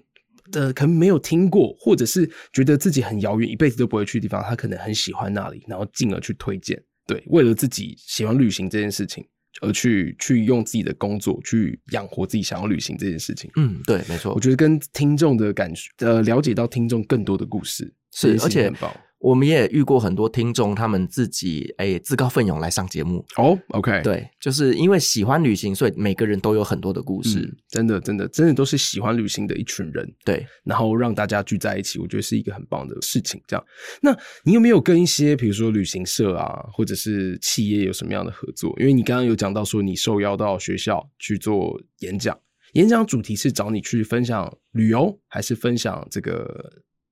S3: 呃可能没有听过，或者是觉得自己很遥远，一辈子都不会去的地方，他可能很喜欢那里，然后进而去推荐。对，为了自己喜欢旅行这件事情，而去去用自己的工作去养活自己想要旅行这件事情。
S4: 嗯，对，没错
S3: 我。觉得跟听众的感觉，呃，了解到听众更多的故事
S4: 是
S3: 这件事
S4: 而
S3: 情
S4: 且
S3: 很棒
S4: 我们也遇过很多听众，他们自己哎、自告奋勇来上节目。
S3: 哦，OK，
S4: 对，就是因为喜欢旅行，所以每个人都有很多的故事。
S3: 嗯，真的，真的，真的都是喜欢旅行的一群人。
S4: 对，
S3: 然后让大家聚在一起，我觉得是一个很棒的事情。这样，那你有没有跟一些比如说旅行社啊，或者是企业有什么样的合作？因为你刚刚有讲到说你受邀到学校去做演讲，演讲主题是找你去分享旅游，还是分享这个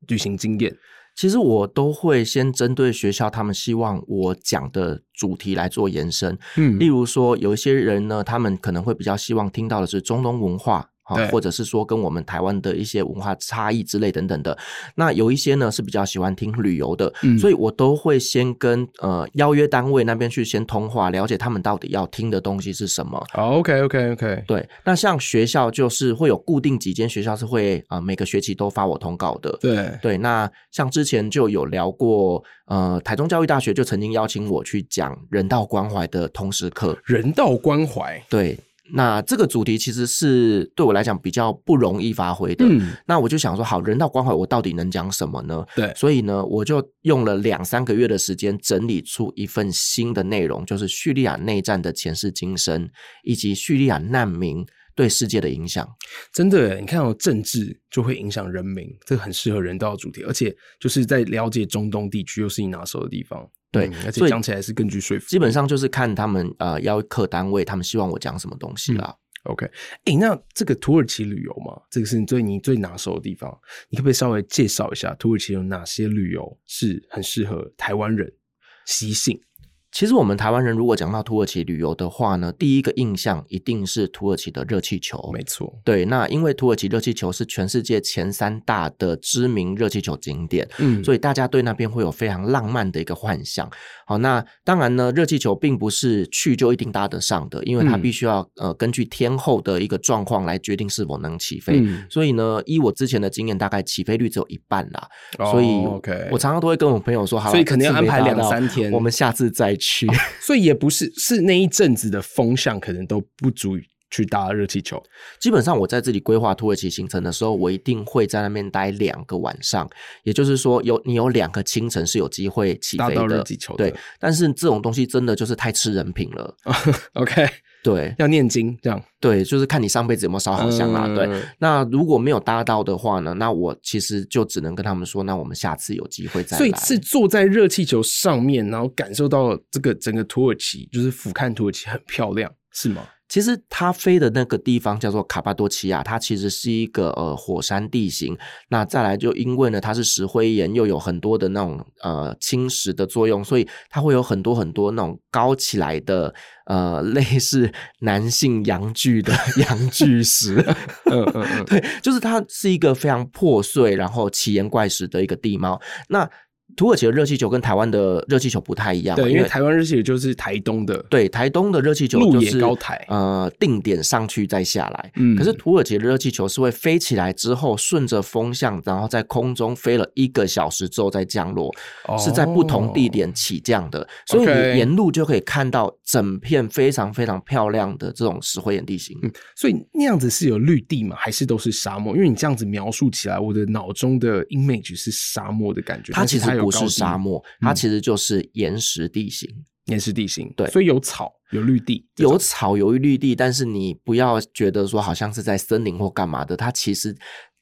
S3: 旅行经验？
S4: 其实我都会先针对学校他们希望我讲的主题来做延伸。
S3: 嗯
S4: 例如说，有一些人呢，他们可能会比较希望听到的是中东文化。好
S3: 对，
S4: 或者是说跟我们台湾的一些文化差异之类等等的，那有一些呢是比较喜欢听旅游的，
S3: 嗯
S4: 所以我都会先跟呃邀约单位那边去先通话，了解他们到底要听的东西是什么。
S3: 好，OK OK OK，
S4: 对，那像学校就是会有固定几间学校是会啊、呃每个学期都发我通告的。
S3: 对，
S4: 对，那像之前就有聊过，呃，台中教育大学就曾经邀请我去讲人道关怀的通识课。
S3: 人道关怀，
S4: 对，那这个主题其实是对我来讲比较不容易发挥的。
S3: 嗯，
S4: 那我就想说，好，人道关怀我到底能讲什么呢？
S3: 对
S4: 所以呢，我就用了两三个月的时间整理出一份新的内容，就是叙利亚内战的前世今生，以及叙利亚难民对世界的影响。
S3: 真的耶，你看到、哦政治就会影响人民，这个很适合人道主题，而且就是在了解中东地区又是你拿手的地方，
S4: 对
S3: 嗯而且
S4: 所以
S3: 讲起来是更具说服力。
S4: 基本上就是看他们呃邀客单位，他们希望我讲什么东西啦。
S3: OK，哎、那这个土耳其旅游嘛，这个是你最你最拿手的地方，你可不可以稍微介绍一下土耳其有哪些旅游是很适合台湾人习性？
S4: 其实我们台湾人如果讲到土耳其旅游的话呢，第一个印象一定是土耳其的热气球。
S3: 没错，
S4: 对，那因为土耳其热气球是全世界前三大的知名热气球景点，
S3: 嗯
S4: 所
S3: 以
S4: 以大家对那边会有非常浪漫的一个幻想。好，那当然呢，热气球并不是去就一定搭得上的，因为它
S3: 嗯
S4: 必须要、呃根据天候的一个状况来决定是否能起飞。
S3: 嗯，
S4: 所以呢，依我之前的经验，大概起飞率只有一半啦。所以
S3: 哦，OK，
S4: 我常常都会跟我朋友说，好啦，
S3: 所以肯定要安排
S4: 这次没搭
S3: 两
S4: 到
S3: 三天哦
S4: 我们下次再去。
S3: 所以也不是是那一阵子的风向可能都不足以去搭热气球，
S4: 基本上我在这里规划土耳其行程的时候，我一定会在那边待两个晚上，也就是说有你有两个清晨是有机会起
S3: 搭
S4: 飞
S3: 到热
S4: 的。
S3: 气球的
S4: 对，但是这种东西真的就是太吃人品了。
S3: ，OK，
S4: 对
S3: 要念经这样，
S4: 对，就是看你上辈子有没有烧好香啦、啊
S3: 嗯
S4: 对，那如果没有搭到的话呢，那我其实就只能跟他们说，那我们下次有机会再来。
S3: 所以是坐在热气球上面，然后感受到这个整个土耳其，就是俯瞰土耳其很漂亮，是吗？
S4: 其实它飞的那个地方叫做卡巴多奇亚，它其实是一个呃火山地形。那再来就因为呢，它是石灰岩，又有很多的那种呃侵蚀的作用，所以它会有很多很多那种高起来的呃类似男性阳具的 阳 具石。
S3: 嗯嗯嗯，
S4: 对，就是它是一个非常破碎，然后奇岩怪石的一个地貌。那土耳其的热气球跟台湾的热气球不太一样嘛，
S3: 对，因为台湾热气球就是台东的，
S4: 对台东的热气球
S3: 鹿
S4: 就
S3: 野
S4: 是
S3: 高台
S4: 呃定点上去再下来。
S3: 嗯
S4: 可是土耳其的热气球是会飞起来之后，顺着风向，然后在空中飞了一个小时之后再降落，
S3: 哦
S4: 是在不同地点起降的，所以你
S3: OK
S4: 沿路就可以看到整片非常非常漂亮的这种石灰岩地形。
S3: 所以那样子是有绿地嘛，还是都是沙漠？因为你这样子描述起来，我的脑中的 image 是沙漠的感觉，
S4: 它
S3: 但
S4: 其
S3: 是它
S4: 实
S3: 有
S4: 不
S3: 高
S4: 是
S3: 地嗯
S4: 沙，漠，它其实就是岩石地形。
S3: 也是地形，
S4: 对
S3: 所以有草，有绿地，这
S4: 有
S3: 种
S4: 草有绿地，但是你不要觉得说好像是在森林或干嘛的，它其实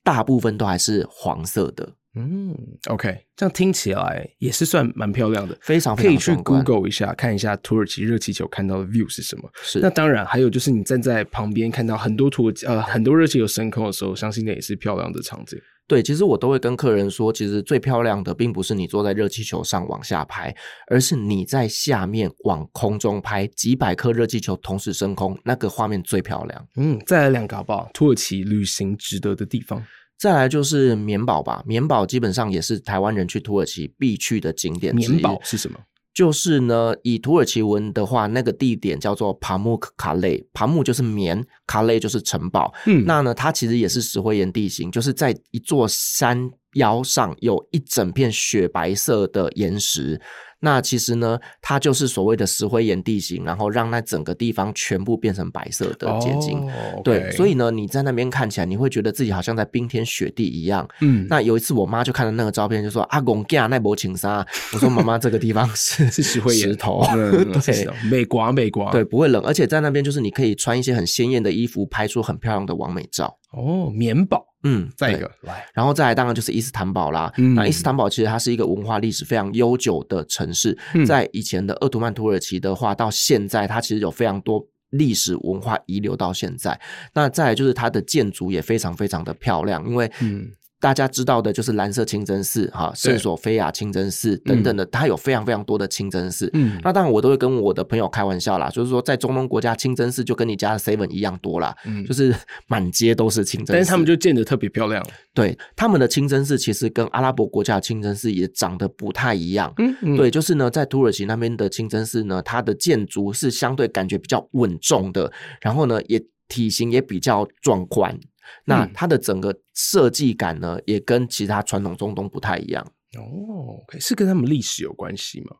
S4: 大部分都还是黄色的，
S3: 嗯，OK，这样听起来也是算蛮漂亮的。
S4: 非常非
S3: 可
S4: 常
S3: 以去
S4: 壮观
S3: Google 一下，看一下土耳其热气球看到的 view 是什么。
S4: 是
S3: 那当然，还有就是你站在旁边看到很多土耳其呃很多热气球升空的时候，相信那也是漂亮的场景。
S4: 对，其实我都会跟客人说，其实最漂亮的并不是你坐在热气球上往下拍，而是你在下面往空中拍几百颗热气球同时升空，那个画面最漂亮。
S3: 嗯，再来两个好不好？土耳其旅行值得的地方。
S4: 再来就是棉堡吧，棉堡基本上也是台湾人去土耳其必去的景点之一。
S3: 棉堡是什么？
S4: 就是呢，以土耳其文的话，那个地点叫做帕木卡雷，帕木就是棉，卡雷就是城堡。
S3: 嗯
S4: 那呢，它其实也是石灰岩地形，就是在一座山腰上有一整片雪白色的岩石。那其实呢，它就是所谓的石灰岩地形，然后让那整个地方全部变成白色的结晶。
S3: 哦
S4: 对，所
S3: 以
S4: 以呢，你在那边看起来，你会觉得自己好像在冰天雪地一样。
S3: 嗯，
S4: 那有一次，我妈就看到那个照片，就说：“阿公家那波请杀。”我说：“妈妈，这个地方 是
S3: 是石灰岩
S4: 石头，
S3: 嗯是石
S4: 对
S3: 头美国美国啊
S4: 对，不会冷，而且在那边就是你可以穿一些很鲜艳的衣服，拍出很漂亮的完美照。
S3: 哦，棉堡。
S4: 嗯，
S3: 再一
S4: 对
S3: 个来，
S4: 然后再来，当然就是伊斯坦堡啦。
S3: 嗯
S4: 那伊斯坦堡其实它是一个文化历史非常悠久的城市，
S3: 嗯
S4: 在以前的鄂图曼土耳其的话，到现在它其实有非常多。历史文化遗留到现在，那再来就是它的建筑也非常非常的漂亮，因为
S3: 嗯
S4: 大家知道的就是蓝色清真寺哈、
S3: 对
S4: 圣索菲亚清真寺等等的，它有非常非常多的清真寺。
S3: 嗯
S4: 那当然，我都会跟我的朋友开玩笑啦，就是说，在中东国家，清真寺就跟你家的 seven 一样多啦，
S3: 嗯
S4: 就是 满街都是清真寺。
S3: 但是他们就建得特别漂亮，
S4: 对他们的清真寺，其实跟阿拉伯国家的清真寺也长得不太一样。
S3: 嗯，嗯，
S4: 对，就是呢，在土耳其那边的清真寺呢，它的建筑是相对感觉比较稳重的，然后呢，也体型也比较壮观。那
S3: 嗯
S4: 它的整个设计感呢，也跟其他传统中东不太一样。
S3: 哦，OK，是跟他们历史有关系吗？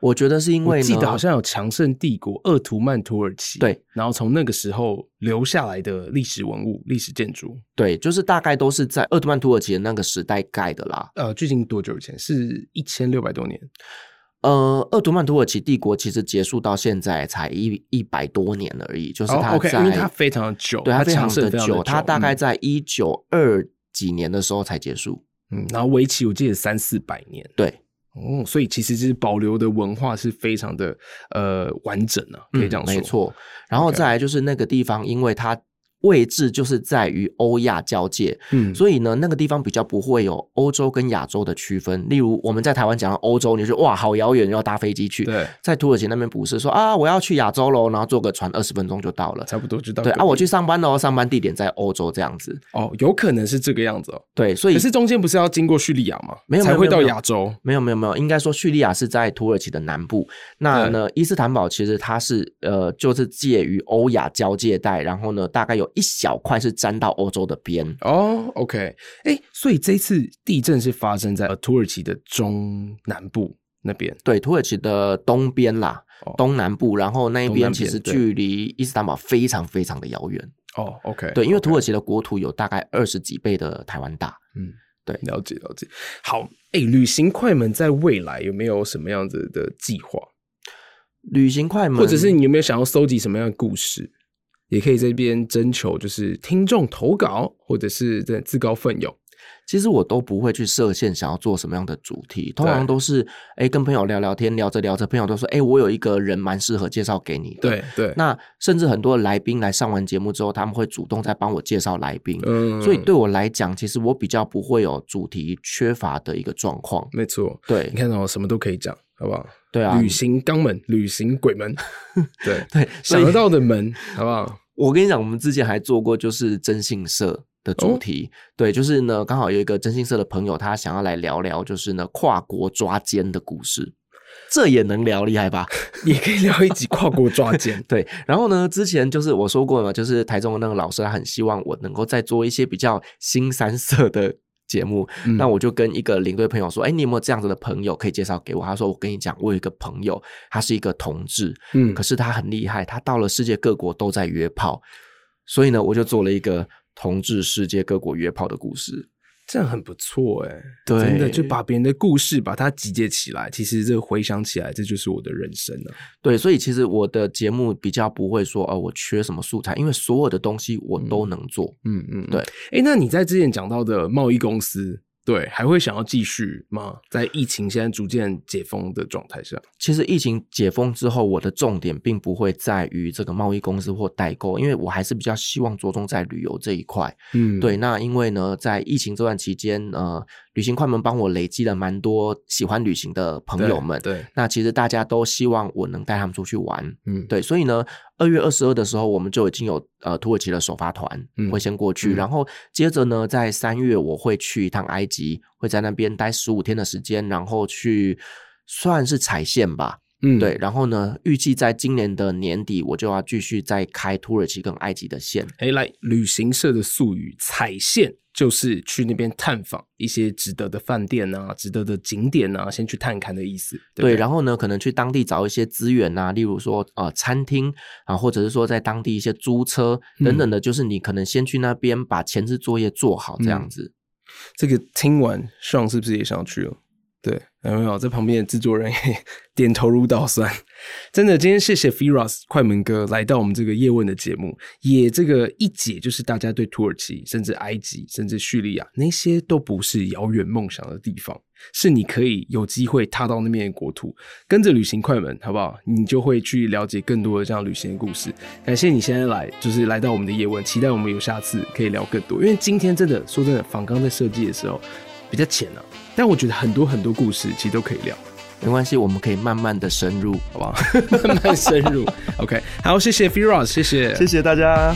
S4: 我觉得是因为
S3: 我
S4: 呢，
S3: 记得好像有强盛帝国、鄂图曼土耳其，
S4: 对，
S3: 然后从那个时候留下来的历史文物、历史建筑，
S4: 对，就是大概都是在鄂图曼土耳其的那个时代盖的啦。
S3: 呃，距今多久以前？是一千六百多年，
S4: 呃，鄂图曼土耳其帝国其实结束到现在才一一百多年而已，就是它
S3: 哦，OK，
S4: 在、
S3: 因为它非常的久
S4: 对
S3: 它
S4: 非常
S3: 强盛
S4: 的
S3: 非常的
S4: 久，它
S3: 久
S4: 大概
S3: 嗯
S4: 在一九二几年的时候才结束。
S3: 嗯，然后围棋我记得三四百年，
S4: 对，
S3: 哦，所以其实就是保留的文化是非常的呃完整啊，可以这样说，
S4: 嗯没，错。然后
S3: OK
S4: 再来就是那个地方，因为它位置就是在于欧亚交界，
S3: 嗯，
S4: 所以呢，那个地方比较不会有欧洲跟亚洲的区分。例如我们在台湾讲到欧洲，你就说哇好遥远，要搭飞机去。
S3: 对，
S4: 在土耳其那边不是说啊我要去亚洲喽，然后坐个船二十分钟就到了。
S3: 差不多知道
S4: 对啊，我
S3: 就
S4: 去上班喽，上班地点在欧洲这样子。
S3: 哦，有可能是这个样子哦，
S4: 对，所以
S3: 可是中间不是要经过叙利亚吗？
S4: 没有没有
S3: 才会
S4: 没有
S3: 到
S4: 没有
S3: 亚洲，
S4: 没有没有没有，应该说叙利亚是在土耳其的南部。那呢，伊斯坦堡其实它是呃，就是介于欧亚交界带，然后呢，大概有一小块是沾到欧洲的边。
S3: 哦，OK、o k 哎、所以这次地震是发生在呃土耳其的中南部那边，
S4: 对，土耳其的东边啦，
S3: 哦
S4: 东南部，然后那一
S3: 东南边
S4: 边其实
S3: 对
S4: 距离伊斯坦堡非常非常的遥远。
S3: 哦，OK，
S4: 对，因为土耳其的国土有大概二十几倍的台湾大。
S3: 嗯，
S4: 对
S3: 了解了解。好，哎、旅行快门在未来有没有什么样子的计划，
S4: 旅行快门，
S3: 或者是你有没有想要搜集什么样的故事？也可以这边征求，就是听众投稿，或者是真的自告奋勇。
S4: 其实我都不会去设限，想要做什么样的主题，通
S3: 对
S4: 常都是哎跟朋友聊聊天，聊着聊着，朋友都说哎我有一个人蛮适合介绍给你的。
S3: 对对，
S4: 那甚至很多来宾来上完节目之后，他们会主动再帮我介绍来宾，
S3: 嗯
S4: 所以对我来讲，其实我比较不会有主题缺乏的一个状况。
S3: 没错，
S4: 对
S3: 你看哦，什么都可以讲，好不好？
S4: 对啊
S3: 旅，行肛门，旅行鬼 门，对，
S4: 对，所
S3: 想
S4: 以
S3: 得到的 门，好不好？
S4: 我跟你讲，我们之前还做过就是征信社的主题，对，就是呢，刚好有一个征信社的朋友，他想要来聊聊就是呢跨国抓奸的故事，这也能聊，厉害吧？。
S3: 也可以聊一集跨国抓奸
S4: 对，然后呢，之前就是我说过嘛，就是台中的那个老师，他很希望我能够再做一些比较新三色的节目。
S3: 嗯
S4: 那我就跟一个领队朋友说：“哎，你有没有这样子的朋友可以介绍给我？”他说：“我跟你讲，我有一个朋友，他是一个同志，
S3: 嗯
S4: 可是他很厉害，他到了世界各国都在约炮。”所以呢，我就做了一个同志世界各国约炮的故事。
S3: 这样很不错哎、
S4: 对
S3: 真的就把别人的故事把它集结起来，其实这回想起来，这就是我的人生啊了、
S4: 对，所以其实我的节目比较不会说哦，我缺什么素材，因为所有的东西我都能做。
S3: 嗯嗯，
S4: 对
S3: 哎、诶那你在之前讲到的贸易公司，对，还会想要继续吗？在疫情现在逐渐解封的状态下，
S4: 其实疫情解封之后，我的重点并不会在于这个贸易公司或代购，因为我还是比较希望着重在旅游这一块。
S3: 嗯
S4: 对，，那因为呢，在疫情这段期间，呃，旅行快门帮我累积了蛮多喜欢旅行的朋友们。
S3: 对，
S4: 那其实大家都希望我能带他们出去玩，
S3: 嗯，
S4: 对，所以呢，二月二十二的时候，我们就已经有呃土耳其的首发团
S3: 嗯
S4: 会先过去，
S3: 嗯
S4: 然后接着呢，在三月我会去一趟埃及，会在那边待十五天的时间，然后去算是踩线吧，
S3: 嗯
S4: 对，，然后呢，预计在今年的年底，我就要继续再开土耳其跟埃及的线。
S3: 哎、来，旅行社的术语踩线就是去那边探访一些值得的饭店啊、值得的景点啊，先去探看的意思。对不
S4: 对，
S3: 对
S4: 然后呢，可能去当地找一些资源啊，例如说呃餐厅啊，或者是说在当地一些租车
S3: 嗯
S4: 等等的，就是你可能先去那边把前置作业做好这样
S3: 嗯
S4: 子。
S3: 这个听完，上是不是也想要去了？对，有没有在旁边的制作人也 点头如捣蒜？真的，今天谢谢 Firas 快门哥来到我们这个叶问的节目，也这个一解就是大家对土耳其、甚至埃及、甚至叙利亚那些都不是遥远梦想的地方，是你可以有机会踏到那边的国土，跟着旅行快门，好不好？你就会去了解更多的这样旅行的故事。感谢你现在来，就是来到我们的叶问，期待我们有下次可以聊更多。因为今天真的说真的，仿刚在设计的时候比较浅啊，但我觉得很多很多故事其实都可以聊。
S4: 没关系，我们可以慢慢的深入。
S3: 好不好？慢慢深入。OK，好，谢谢 Firas，谢谢，
S4: 谢谢大家。